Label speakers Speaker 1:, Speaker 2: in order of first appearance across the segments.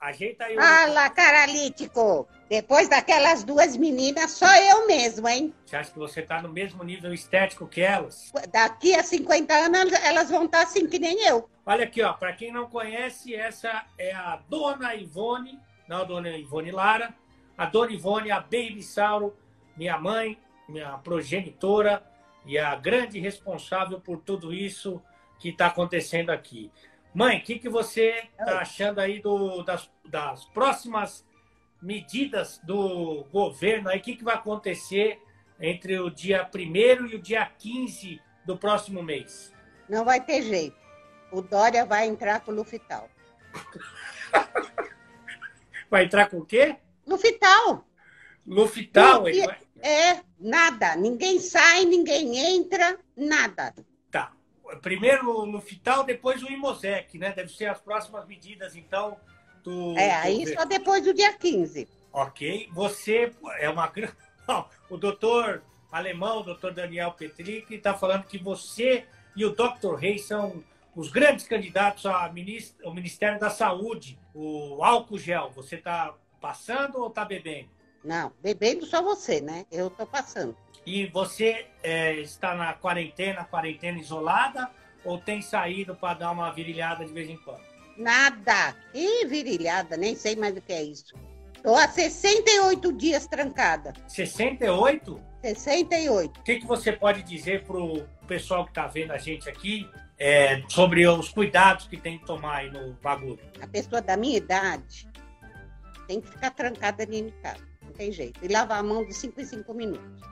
Speaker 1: Ajeita aí o.
Speaker 2: Fala, caralítico! Depois daquelas duas meninas, só eu mesmo, hein?
Speaker 1: Você acha que você tá no mesmo nível estético que elas?
Speaker 2: Daqui a 50 anos, elas vão estar assim que nem eu.
Speaker 1: Olha aqui, ó. Para quem não conhece, essa é a Dona Ivone, não a Dona Ivone Lara, a Dona Ivone, a Baby Sauro, minha mãe, minha progenitora e a grande responsável por tudo isso que está acontecendo aqui. Mãe, o que, que você está achando aí do, das, das próximas medidas do governo? aí? O que, que vai acontecer entre o dia 1 e o dia 15 do próximo mês?
Speaker 2: Não vai ter jeito. O Dória vai entrar com o Lufital.
Speaker 1: Vai entrar com o quê?
Speaker 2: Lufital!
Speaker 1: Lufital?
Speaker 2: Lufi-
Speaker 1: ele vai-
Speaker 2: É, nada. Ninguém sai, ninguém entra, nada.
Speaker 1: Tá. Primeiro o Lufital, depois o Imosec, né? Deve ser as próximas medidas, então, do.
Speaker 2: É, aí
Speaker 1: governo.
Speaker 2: só depois do dia 15.
Speaker 1: Ok. Você é uma grande. Não, o doutor alemão, o doutor Daniel Petrick, está falando que você e o Dr. Reis são os grandes candidatos a minis- ao Ministério da Saúde. O álcool gel, você está passando ou está bebendo?
Speaker 2: Não, bebendo só você, né? Eu tô passando.
Speaker 1: E você é, está na quarentena, quarentena isolada, ou tem saído para dar uma virilhada de vez em quando?
Speaker 2: Nada. Ih, virilhada, nem sei mais o que é isso. Tô há 68 dias trancada.
Speaker 1: 68?
Speaker 2: 68.
Speaker 1: O que, que você pode dizer para o pessoal que está vendo a gente aqui é, sobre os cuidados que tem que tomar aí no bagulho?
Speaker 2: A pessoa da minha idade tem que ficar trancada dentro de casa. Não tem jeito. E lavar a mão de 5 em 5 minutos.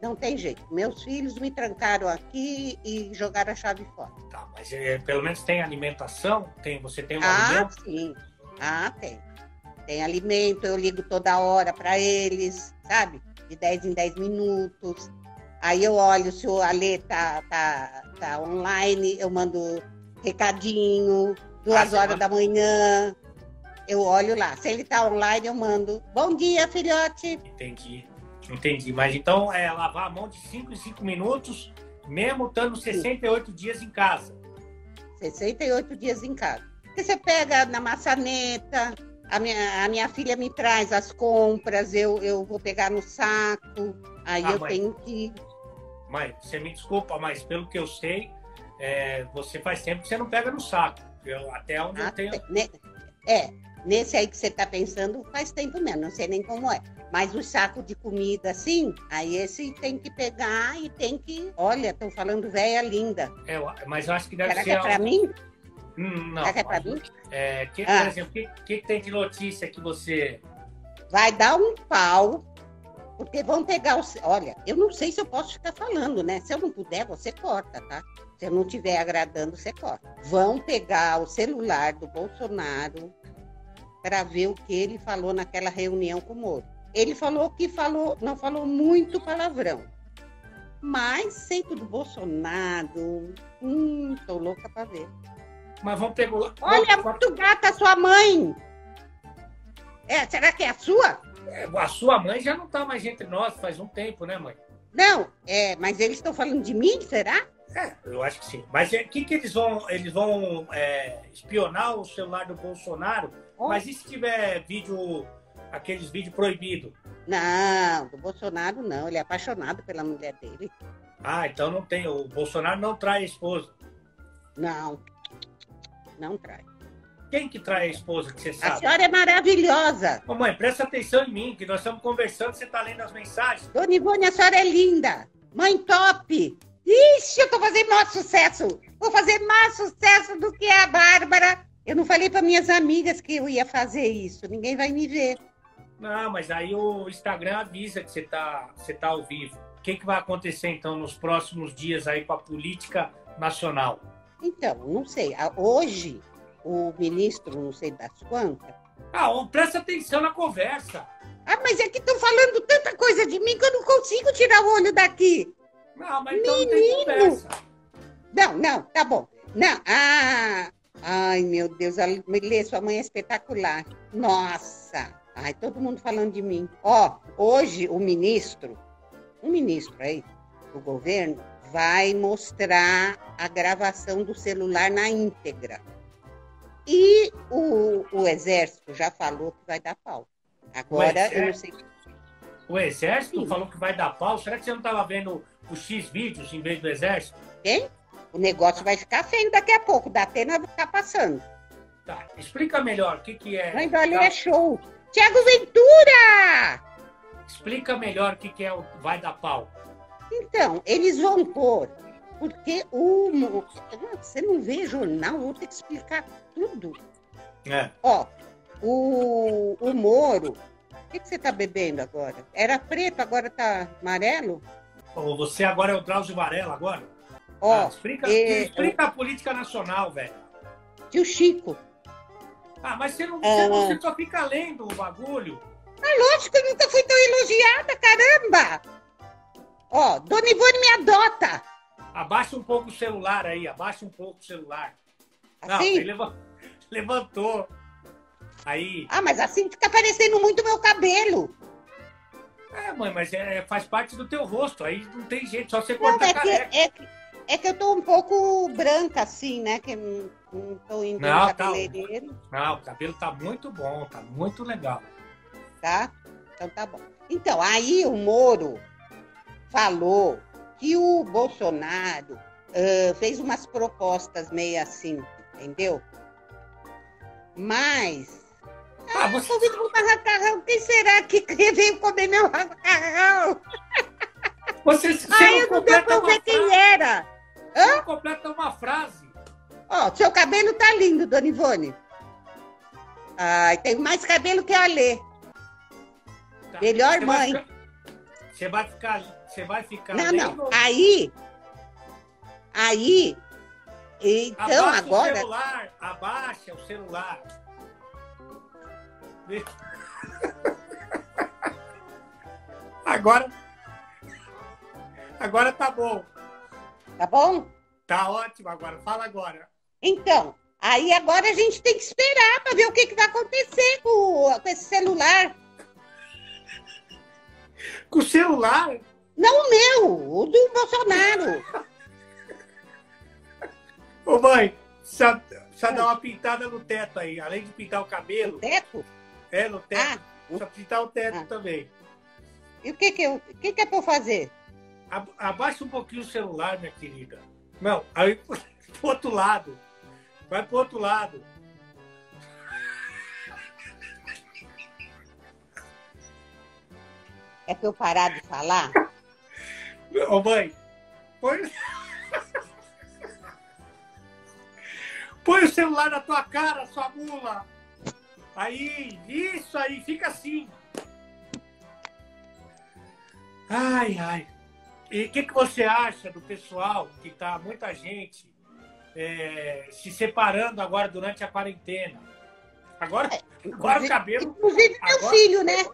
Speaker 2: Não tem jeito. Meus filhos me trancaram aqui e jogaram a chave fora.
Speaker 1: Tá, mas é, pelo menos tem alimentação? Tem, você tem um
Speaker 2: Ah,
Speaker 1: alimento?
Speaker 2: sim. Ah, tem. Tem alimento, eu ligo toda hora para eles, sabe? De 10 em 10 minutos. Aí eu olho se o Alê tá, tá, tá online, eu mando recadinho,
Speaker 1: Ah,
Speaker 2: duas
Speaker 1: você
Speaker 2: horas
Speaker 1: manda-
Speaker 2: da manhã. Eu olho lá. Se ele tá online, eu mando. Bom dia, filhote.
Speaker 1: Entendi, entendi. Mas então é lavar a mão de 5 em 5 minutos, mesmo estando 68 dias em casa.
Speaker 2: 68 dias em casa. Porque você pega na maçaneta, a minha, a minha filha me traz as compras, eu, eu vou pegar no saco, aí
Speaker 1: Ah,
Speaker 2: eu
Speaker 1: mãe.
Speaker 2: tenho que.
Speaker 1: Mãe, você me desculpa, mas pelo que eu sei, é, você faz tempo que você não pega no saco. Eu, até onde
Speaker 2: Ah,
Speaker 1: eu tenho.
Speaker 2: tem- né? É, nesse aí que você está pensando faz tempo mesmo, não sei nem como é. Mas o saco de comida, assim, aí esse tem que pegar e tem que. Olha, estão falando véia linda.
Speaker 1: é, eu- mas eu acho que deve
Speaker 2: Será
Speaker 1: ser.
Speaker 2: que é pra
Speaker 1: algo-
Speaker 2: mim?
Speaker 1: Hum, não.
Speaker 2: Será que é pra
Speaker 1: mas-
Speaker 2: mim?
Speaker 1: É, que,
Speaker 2: Ah.
Speaker 1: Por exemplo, o que, que tem de notícia que você.
Speaker 2: vai dar um pau, porque vão pegar os. Olha, eu não sei se eu posso ficar falando, né? Se eu não puder, você corta, tá? Se eu não estiver agradando, você corta. Vão pegar o celular do Bolsonaro para ver o que ele falou naquela reunião com o Moro. Ele falou que falou, não falou muito palavrão. Mas sempre do Bolsonaro. Hum, tô louca pra ver.
Speaker 1: Mas vamos pegar. o-
Speaker 2: Olha,
Speaker 1: vamos-
Speaker 2: muito gata sua mãe! É, será que é a sua?
Speaker 1: é, a sua mãe já não está mais entre nós faz um tempo, né, mãe?
Speaker 2: Não, é, mas eles estão falando de mim, será?
Speaker 1: É, eu acho que sim. Mas o que, que eles vão. Eles vão é, espionar o celular do Bolsonaro? Mas e se tiver vídeo. aqueles vídeos proibidos?
Speaker 2: Não, do Bolsonaro não, ele é apaixonado pela mulher dele.
Speaker 1: Ah, então não tem. O Bolsonaro não trai a esposa.
Speaker 2: Não, não trai.
Speaker 1: Quem que trai a esposa que você
Speaker 2: A
Speaker 1: sabe?
Speaker 2: senhora é maravilhosa.
Speaker 1: Ô, mãe, presta atenção em mim, que nós estamos conversando, você está lendo as mensagens.
Speaker 2: Dona Ivone, a senhora é linda. Mãe top. Ixi, eu tô fazendo maior sucesso. Vou fazer mais sucesso do que a Bárbara. Eu não falei para minhas amigas que eu ia fazer isso. Ninguém vai me ver.
Speaker 1: Não, mas aí o Instagram avisa que você está você tá ao vivo. O que, que vai acontecer, então, nos próximos dias aí com a política nacional?
Speaker 2: Então, não sei. A- Hoje, o ministro, não sei das quantas,
Speaker 1: Ah, ô, presta atenção na conversa.
Speaker 2: Ah, mas é que estão falando tanta coisa de mim que eu não consigo tirar o olho daqui.
Speaker 1: Não, mas então não tem conversa.
Speaker 2: Não, não, tá bom. Não, ah, ai meu Deus, a Lê, sua mãe é espetacular. Nossa, ai, todo mundo falando de mim. Ó, hoje o ministro, um ministro aí do governo, vai mostrar a gravação do celular na íntegra. E o, o Exército já falou que vai dar pau. Agora, eu não sei.
Speaker 1: O Exército
Speaker 2: Sim.
Speaker 1: falou que vai dar pau. Será que você não estava vendo os X vídeos em vez do Exército?
Speaker 2: Hein? O negócio vai ficar feio daqui a pouco. Da pena vai ficar passando.
Speaker 1: Tá, explica melhor o que, que é.
Speaker 2: Mãe do Ali
Speaker 1: Tá.
Speaker 2: é show. Tiago Ventura!
Speaker 1: Explica melhor o que, que é o vai dar pau.
Speaker 2: Então, eles vão pôr. Porque o. mo- Ah, Você não vê jornal, eu vou ter que explicar tudo.
Speaker 1: É.
Speaker 2: Ó, o, o Moro. O que, que você tá bebendo agora? Era preto, agora tá amarelo?
Speaker 1: Ô, Você agora é o Drauzio Varela agora?
Speaker 2: Ó,
Speaker 1: Ah, explica,
Speaker 2: é,
Speaker 1: explica a política nacional, velho.
Speaker 2: tio Chico.
Speaker 1: Ah, mas você não,
Speaker 2: É.
Speaker 1: você, não- você só fica lendo o bagulho.
Speaker 2: Ah, Lógico que eu nunca fui tão elogiada, caramba! Ó, Dona Ivone me adota!
Speaker 1: Abaixa um pouco o celular aí, abaixa um pouco o celular. Não,
Speaker 2: Assim?
Speaker 1: ele leva- levantou. Aí.
Speaker 2: Ah, mas assim fica parecendo muito meu cabelo.
Speaker 1: É, mãe, mas é, faz parte do teu rosto. Aí não tem jeito, só você
Speaker 2: Não,
Speaker 1: cortar
Speaker 2: é
Speaker 1: a
Speaker 2: que,
Speaker 1: careca.
Speaker 2: é, que, é que eu tô um pouco branca, assim, né? Que não, não tô indo
Speaker 1: Não,
Speaker 2: no
Speaker 1: tá.
Speaker 2: cabeleireiro,
Speaker 1: Não, o cabelo tá muito bom, tá muito legal.
Speaker 2: tá. Então tá bom. Então, aí o Moro falou que o Bolsonaro ah, fez umas propostas meio assim, entendeu? Mas É,
Speaker 1: Ah, você,
Speaker 2: Tô vindo pro macarrão. Quem será que veio comer meu macarrão?
Speaker 1: você, você
Speaker 2: Ai,
Speaker 1: não,
Speaker 2: Ah, eu não deu
Speaker 1: completa
Speaker 2: pra
Speaker 1: uma
Speaker 2: ver
Speaker 1: frase,
Speaker 2: quem era.
Speaker 1: você não completa uma frase.
Speaker 2: Ó, seu cabelo tá lindo, Dona Ivone. Ai, tem mais cabelo que a Lê.
Speaker 1: Tá.
Speaker 2: Melhor
Speaker 1: Você
Speaker 2: mãe.
Speaker 1: Vai ficar, você vai ficar. Você vai ficar.
Speaker 2: Não,
Speaker 1: lendo?
Speaker 2: não. Aí. Aí. Então,
Speaker 1: abaixa o
Speaker 2: agora.
Speaker 1: celular, abaixa o celular. Vê- Agora. Agora tá bom.
Speaker 2: Tá bom?
Speaker 1: Tá ótimo agora. Fala agora.
Speaker 2: Então. Aí agora a gente tem que esperar pra ver o que, que vai acontecer com, o- com esse celular.
Speaker 1: Com o celular?
Speaker 2: Não o meu, o do Bolsonaro.
Speaker 1: Ô mãe, precisa, precisa dar uma pintada no teto aí. Além de pintar o cabelo,
Speaker 2: Teto?
Speaker 1: é no teto.
Speaker 2: Ah,
Speaker 1: Precisa pintar o teto
Speaker 2: Ah.
Speaker 1: também.
Speaker 2: e o que, que, eu, o que, que é pra eu fazer?
Speaker 1: Ab- Abaixa um pouquinho o celular, minha querida. Não, aí pro outro lado. Vai pro outro lado.
Speaker 2: É pra eu parar de falar?
Speaker 1: Ô mãe, põe... põe o celular na tua cara, sua mula. Aí, isso aí, fica assim. Ai, ai. E o que, que você acha do pessoal que tá muita gente eh, se separando agora durante a quarentena? Agora, agora o cabelo
Speaker 2: Inclusive meu
Speaker 1: Agora-
Speaker 2: filho, né?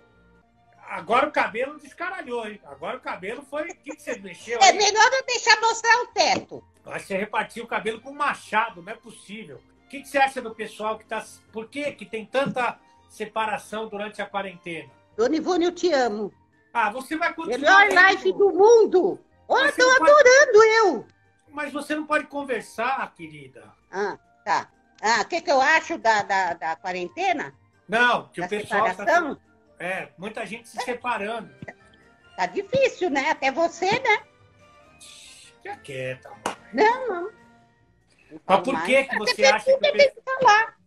Speaker 1: agora o cabelo descaralhou, hein? Agora o cabelo foi. O que, que você mexeu?
Speaker 2: É
Speaker 1: aí?
Speaker 2: melhor eu deixar mostrar o teto.
Speaker 1: Mas você repartiu o cabelo com machado, não é possível. O que, que você acha do pessoal que está. Por que, que tem tanta separação durante a quarentena?
Speaker 2: Dona Ivone, eu te amo.
Speaker 1: Ah, você vai continuar.
Speaker 2: Melhor
Speaker 1: vendo,
Speaker 2: live do mundo. Olha,
Speaker 1: Mas você
Speaker 2: estão
Speaker 1: não pode-
Speaker 2: adorando eu.
Speaker 1: Mas você não pode conversar, querida.
Speaker 2: Ah, tá. Ah, o que, que eu acho da, da, da quarentena?
Speaker 1: Não, que
Speaker 2: da
Speaker 1: o pessoal tá está.
Speaker 2: separação?
Speaker 1: É, muita gente se separando.
Speaker 2: Tá difícil, né? Até você, né?
Speaker 1: Fica quieta, mãe.
Speaker 2: Não, não.
Speaker 1: Mas por que, que você acha que. o pe-
Speaker 2: que falar?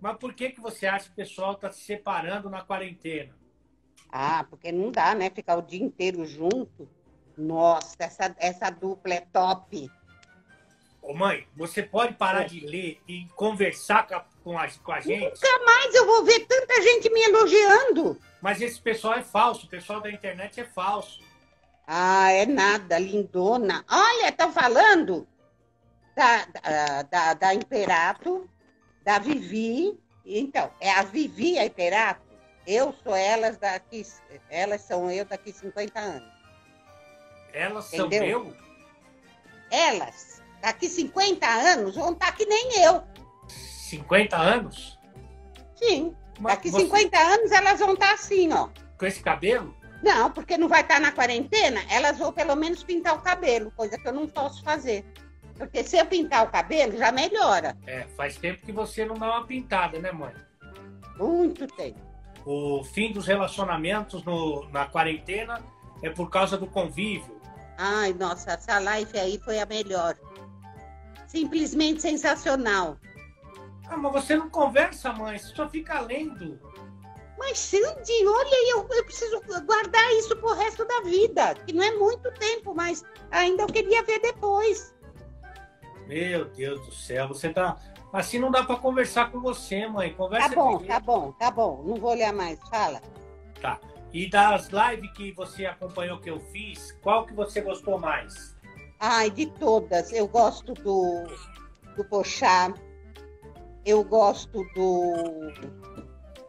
Speaker 1: Mas por que, que você acha que o pessoal está se separando na quarentena?
Speaker 2: Ah, porque não dá, né? Ficar o dia inteiro junto. Nossa, essa, essa dupla é top.
Speaker 1: Ô, mãe, você pode parar de ler e conversar com a- com a, com a gente?
Speaker 2: Nunca mais eu vou ver tanta gente me elogiando.
Speaker 1: Mas esse pessoal é falso, o pessoal da internet é falso.
Speaker 2: Ah, é nada, lindona. Olha, estão falando da, da, da, da Imperato, da Vivi. Então, é a Vivi a Imperato. Eu sou elas daqui, elas são eu daqui 50 anos.
Speaker 1: Elas são
Speaker 2: Entendeu?
Speaker 1: eu?
Speaker 2: Elas, daqui 50 anos, vão estar que nem eu.
Speaker 1: 50 anos?
Speaker 2: Sim,
Speaker 1: Mas
Speaker 2: daqui
Speaker 1: você-
Speaker 2: 50 anos elas vão estar assim, ó.
Speaker 1: Com esse cabelo?
Speaker 2: Não, tá porque não vai estar na quarentena, elas vão pelo menos pintar o cabelo, coisa que eu não posso fazer. Porque se eu pintar o cabelo, já melhora.
Speaker 1: É, faz tempo que você não dá uma pintada, né, mãe?
Speaker 2: Muito tempo.
Speaker 1: O fim dos relacionamentos no- na quarentena é por causa do convívio.
Speaker 2: Ai, nossa, essa live aí foi a melhor. Simplesmente sensacional.
Speaker 1: Ah, mas você não conversa, mãe, você só fica lendo.
Speaker 2: Mas, Sandy, olha aí, eu, eu preciso guardar isso pro resto da vida. Que não é muito tempo, mas ainda eu queria ver depois.
Speaker 1: Meu Deus do céu, você tá. Assim não dá pra conversar com você, mãe.
Speaker 2: Tá
Speaker 1: Conversa
Speaker 2: bom,
Speaker 1: comigo.
Speaker 2: tá bom, tá bom. Não vou olhar mais. Fala.
Speaker 1: E das lives que você acompanhou que eu fiz, qual que você gostou mais?
Speaker 2: Ai, de todas. Eu gosto do, do Pochá. Eu gosto do.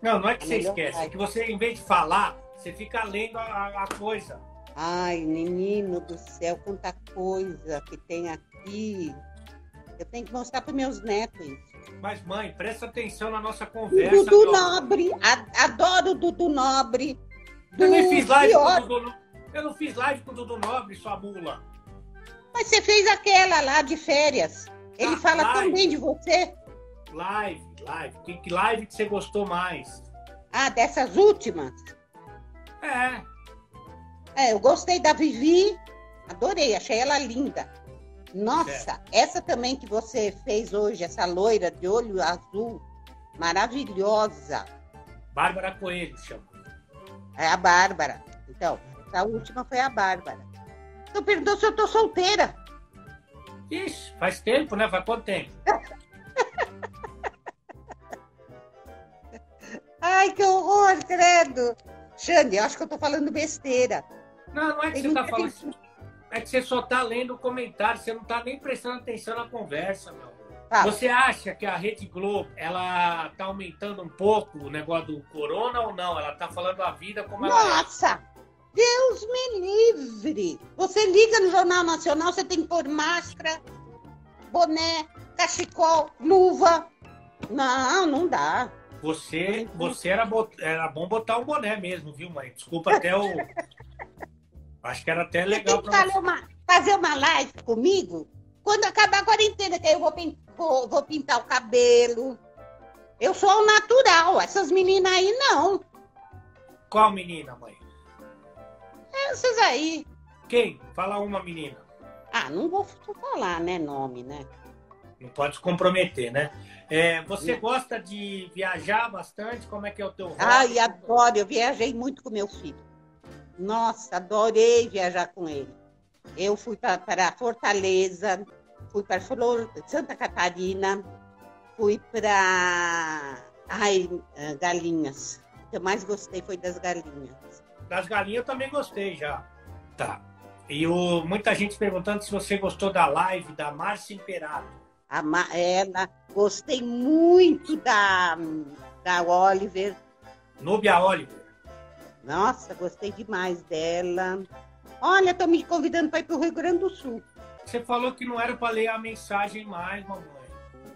Speaker 1: Não, não é que você
Speaker 2: Melhor
Speaker 1: esquece, é
Speaker 2: live.
Speaker 1: que você, em vez de falar, você fica lendo a- a, a coisa.
Speaker 2: Ai, menino do céu, quanta coisa que tem aqui. Eu tenho que mostrar para meus netos.
Speaker 1: Mas, mãe, presta atenção na nossa
Speaker 2: O
Speaker 1: conversa.
Speaker 2: Dudu
Speaker 1: meu amor.
Speaker 2: Nobre. a- adoro o Dudu Nobre.
Speaker 1: Eu nem
Speaker 2: do
Speaker 1: fiz live com o
Speaker 2: Fiore.
Speaker 1: Dudu. No- Eu não fiz live com o Dudu Nobre, sua mula.
Speaker 2: Mas você fez aquela lá de férias. Ele
Speaker 1: Ah,
Speaker 2: fala
Speaker 1: live.
Speaker 2: tão bem de você.
Speaker 1: Live, live. Que, que live que você gostou mais?
Speaker 2: Ah, dessas últimas.
Speaker 1: É.
Speaker 2: É, eu gostei da Vivi, adorei, achei ela linda. Nossa, essa também que você fez hoje, essa loira de olho azul, maravilhosa,
Speaker 1: Bárbara Coelho chama.
Speaker 2: é a Bárbara. Então, essa última foi a Bárbara. Então perguntou se eu tô solteira.
Speaker 1: Ixi, faz tempo, né? Faz quanto tempo?
Speaker 2: Ai, que horror, credo. Xande, eu acho que eu tô falando besteira.
Speaker 1: Não, não é que você
Speaker 2: Ele nunca
Speaker 1: tá falando.
Speaker 2: tem-
Speaker 1: É que você só tá lendo o comentário, você não tá nem prestando atenção na conversa, meu.
Speaker 2: Fala.
Speaker 1: Você acha que a Rede Globo, ela tá aumentando um pouco o negócio do corona ou não? Ela tá falando a vida como ela é.
Speaker 2: Nossa! Deus me livre! Você liga no Jornal Nacional, você tem que pôr máscara, boné, cachecol, luva. Não, não dá.
Speaker 1: Você, você era, bot- era bom botar um boné mesmo, viu, mãe? Desculpa até o. Acho que era até
Speaker 2: Você tem
Speaker 1: É legal
Speaker 2: que
Speaker 1: pra
Speaker 2: fazer
Speaker 1: você.
Speaker 2: uma, fazer uma live comigo quando acabar a quarentena, que aí eu vou, pin- vou- vou pintar o cabelo. Eu sou ao natural, essas meninas aí não.
Speaker 1: Qual menina, mãe?
Speaker 2: Essas aí.
Speaker 1: Quem? Fala uma menina.
Speaker 2: Ah, não vou falar, né, nome, né?
Speaker 1: Não pode se comprometer, né? É, você
Speaker 2: Não.
Speaker 1: gosta de viajar bastante? Como é que é o teu hobby?
Speaker 2: Ai, adoro. Eu viajei muito com meu filho. Nossa, adorei viajar com ele. Eu fui pa- para Fortaleza, fui para Flor- Santa Catarina, fui para. Ai, ah, galinhas. O que eu mais gostei foi das galinhas.
Speaker 1: Das galinhas eu também gostei já. Tá. E o, muita gente perguntando se você gostou da live da Márcia Imperato.
Speaker 2: A Ma- ela, gostei muito da, da Oliver.
Speaker 1: Núbia Oliver.
Speaker 2: Nossa, gostei demais dela. Olha, estão me convidando para ir para o Rio Grande do Sul.
Speaker 1: Você falou que não era para ler a mensagem mais, mamãe.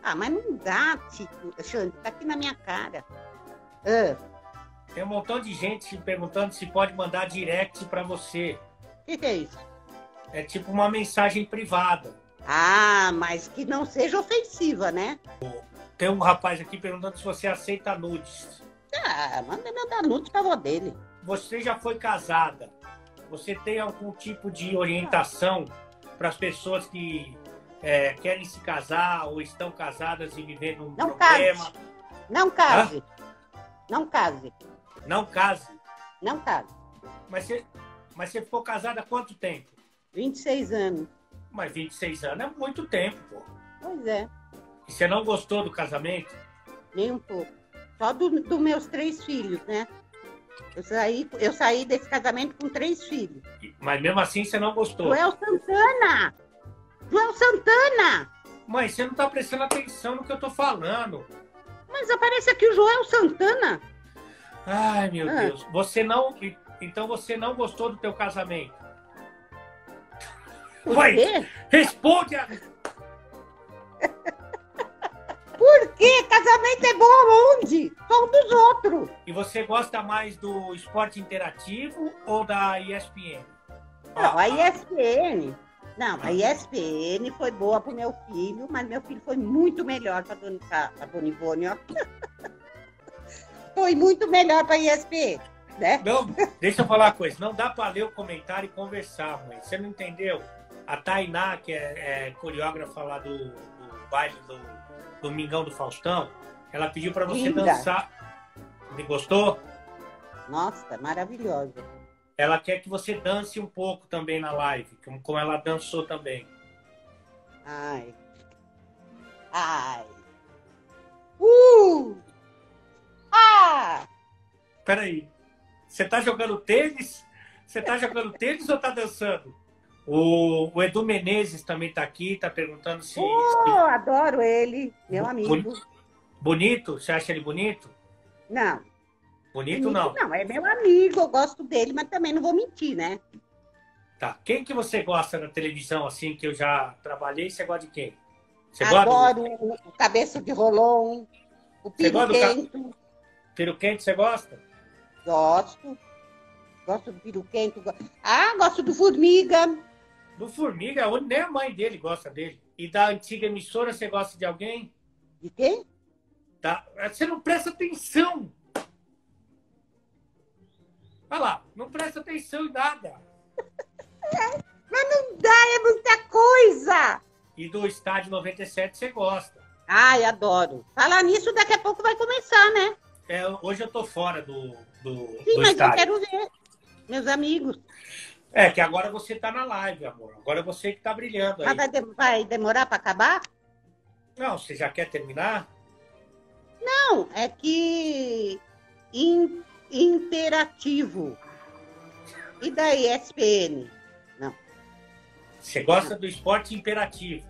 Speaker 2: Ah, mas não dá, Tico. Xande, tá aqui na minha cara. Ah,
Speaker 1: Tem um montão de gente se perguntando se pode mandar direct para você.
Speaker 2: o que, que é isso?
Speaker 1: É tipo uma mensagem privada.
Speaker 2: Ah, mas que não seja ofensiva, né?
Speaker 1: Tem um rapaz aqui perguntando se você aceita nudes.
Speaker 2: Ah, manda mandar nude pra avó dele.
Speaker 1: Você já foi casada. Você tem algum tipo de orientação para as pessoas que é, querem se casar ou estão casadas e vivendo um
Speaker 2: Não
Speaker 1: problema?
Speaker 2: Não case. Não case.
Speaker 1: Não case.
Speaker 2: Não case.
Speaker 1: Mas você, mas você ficou casada há quanto tempo?
Speaker 2: 26 anos.
Speaker 1: Mas 26 anos é muito tempo, pô.
Speaker 2: Pois é,
Speaker 1: E você não gostou do casamento?
Speaker 2: nem um pouco. Só dos do meus três filhos, né? Eu saí, eu saí desse casamento com três filhos.
Speaker 1: Mas mesmo assim você não gostou.
Speaker 2: Joel Santana! Joel Santana!
Speaker 1: Mãe, você não tá prestando atenção no que eu tô falando.
Speaker 2: Mas aparece aqui o Joel Santana.
Speaker 1: Ai, meu
Speaker 2: Ah.
Speaker 1: Deus. Você não. Então você não gostou do teu casamento?
Speaker 2: Por
Speaker 1: Ué.
Speaker 2: quê?
Speaker 1: Responde a
Speaker 2: Por quê? Casamento é bom aonde? Só um dos outros.
Speaker 1: E você gosta mais do esporte interativo ou da ESPN?
Speaker 2: Não, a ESPN. Não, a ESPN foi boa pro meu filho, mas meu filho foi muito melhor pra Dona, pra, pra Dona Ivone, ó. foi muito melhor pra ESPN, né?
Speaker 1: Não, deixa eu falar uma coisa. Não dá para ler o comentário e conversar, mãe. Você não entendeu? A Tainá, que é, é coreógrafa lá do, do baile do Domingão do Faustão, ela pediu para você
Speaker 2: Linda.
Speaker 1: dançar. Me gostou?
Speaker 2: Nossa, maravilhosa.
Speaker 1: Ela quer que você dance um pouco também na live, como como ela dançou também.
Speaker 2: Ai. Ai. Uh! Ah!
Speaker 1: Peraí. Você tá jogando tênis? Você tá jogando tênis ou tá dançando? O, o Edu Menezes também tá aqui, tá perguntando se,
Speaker 2: Oh, adoro ele, meu
Speaker 1: Bu-
Speaker 2: amigo.
Speaker 1: se- bonito. Você acha ele bonito?
Speaker 2: Não,
Speaker 1: Bonito não.
Speaker 2: Não, é meu amigo, eu gosto dele, mas também não vou mentir, né?
Speaker 1: Tá. Quem que você gosta na televisão assim que eu já trabalhei? Você gosta de quem? Você gosta
Speaker 2: Adoro o, o cabeça de rolon, o
Speaker 1: Você gosta do ca-
Speaker 2: piruquento,
Speaker 1: do Piro Quente? Você gosta?
Speaker 2: gosto. Gosto do piruquento. go- Ah, gosto do formiga.
Speaker 1: Do Formiga, onde nem a mãe dele gosta dele. E da antiga emissora, você gosta de alguém?
Speaker 2: De quem?
Speaker 1: Tá? Você não presta atenção. Olha lá, não presta atenção em nada.
Speaker 2: É muita coisa!
Speaker 1: E do Estádio 97 você gosta.
Speaker 2: Ai, adoro. Falar nisso, daqui a pouco vai começar, né?
Speaker 1: É, hoje eu tô fora do, do,
Speaker 2: Sim,
Speaker 1: do
Speaker 2: mas eu
Speaker 1: estádio.
Speaker 2: quero ver. Meus amigos.
Speaker 1: É, que agora você tá na live, amor. Agora você que tá brilhando aí.
Speaker 2: Mas vai, de- vai demorar para acabar?
Speaker 1: Não, você já quer terminar?
Speaker 2: Não, é que in- interativo. E da ESPN?
Speaker 1: Você gosta do esporte imperativo.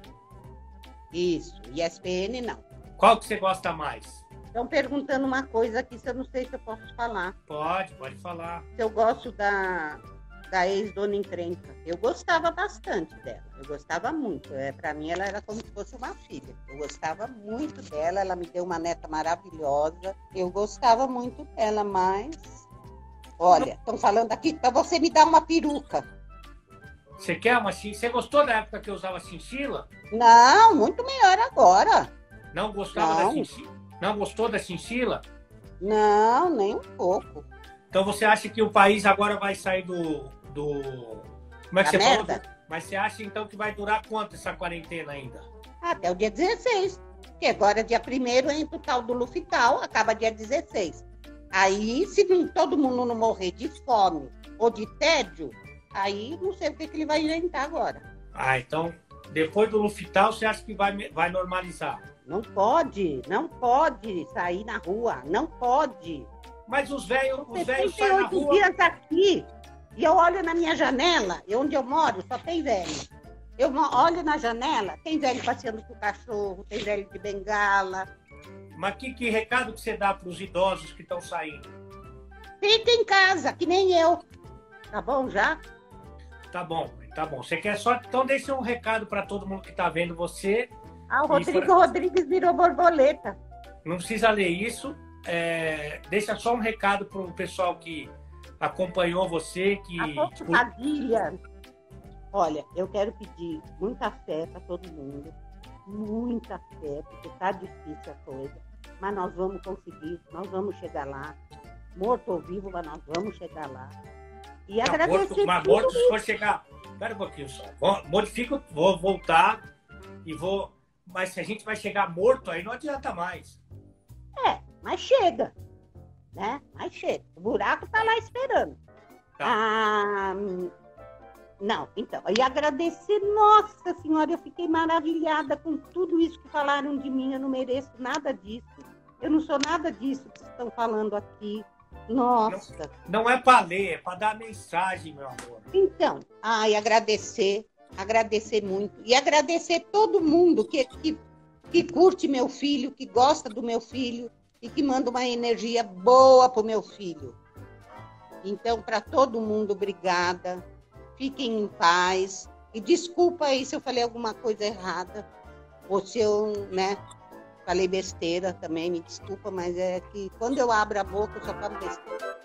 Speaker 2: Isso, ESPN não.
Speaker 1: Qual que você gosta mais?
Speaker 2: Estão perguntando uma coisa aqui, se eu não sei se eu posso falar.
Speaker 1: Pode, pode falar.
Speaker 2: Se eu gosto da, da ex-dona encrenca. Eu gostava bastante dela, eu gostava muito. É, Para mim, ela era como se fosse uma filha. Eu gostava muito dela, ela me deu uma neta maravilhosa. Eu gostava muito dela, mas. Olha, estão falando aqui para você me dar uma peruca.
Speaker 1: Você quer uma chinchila? Você gostou da época que eu usava chinchila?
Speaker 2: Não, muito melhor agora.
Speaker 1: Não gostava da
Speaker 2: Não.
Speaker 1: chinchila? Não gostou da chinchila?
Speaker 2: Não, nem um pouco.
Speaker 1: Então você acha que o país agora vai sair do. do... Como é que você
Speaker 2: Da Tá merda.
Speaker 1: falou? Mas você acha então que vai durar quanto essa quarentena ainda?
Speaker 2: Até o dia 16. Porque agora, é dia 1 entra o tal do Lufital, acaba dia 16. Aí, se não- todo mundo não morrer de fome ou de tédio, aí não sei o que, que ele vai inventar agora.
Speaker 1: Ah, então depois do Lufital você acha que vai, vai normalizar.
Speaker 2: Não pode, não pode sair na rua, não pode.
Speaker 1: Mas os velhos os velhos saem na
Speaker 2: 78
Speaker 1: rua.
Speaker 2: dias aqui e eu olho na minha janela, e onde eu moro só tem velho. Eu mo- olho na janela, tem velho passeando com o cachorro, tem velho de bengala,
Speaker 1: Mas que, que recado que você dá para os idosos que estão saindo?
Speaker 2: Fica em casa, que nem eu. Tá bom já?
Speaker 1: Tá bom, mãe, tá bom. Você quer só. Então deixa um recado para todo mundo que tá vendo você.
Speaker 2: Ah, o
Speaker 1: Isso,
Speaker 2: Rodrigo
Speaker 1: né?
Speaker 2: Rodrigues virou borboleta.
Speaker 1: Não precisa ler isso. É, deixa só um recado para o pessoal que acompanhou você, que.
Speaker 2: Afonso Tá Padilha. Olha, eu quero pedir muita fé para todo mundo. Muita fé, porque tá difícil a coisa. Mas nós vamos conseguir, nós vamos chegar lá. Morto ou vivo, mas nós vamos chegar lá. E
Speaker 1: Não,
Speaker 2: agradecer
Speaker 1: Tá morto, mas
Speaker 2: tudo.
Speaker 1: morto, um se for chegar. Espera um pouquinho só. Vou- Modifico, vou voltar e vou. Mas se a gente vai chegar morto, aí não adianta mais.
Speaker 2: mas chega, né? Mas chega. O buraco tá lá esperando.
Speaker 1: Tá.
Speaker 2: Ah, não, então, e agradecer, nossa senhora, eu fiquei maravilhada com tudo isso que falaram de mim, eu não mereço nada disso. Eu não sou nada disso que estão falando aqui. Nossa.
Speaker 1: Não é para ler, é para dar mensagem, meu amor.
Speaker 2: Então, ai, agradecer, agradecer muito. E agradecer todo mundo que, que, que curte meu filho, que gosta do meu filho e que manda uma energia boa pro meu filho. Então, para todo mundo, obrigada. Fiquem em paz. E desculpa aí se eu falei alguma coisa errada. Ou se eu, né, falei besteira também, me desculpa, mas é que quando eu abro a boca, eu só falo besteira.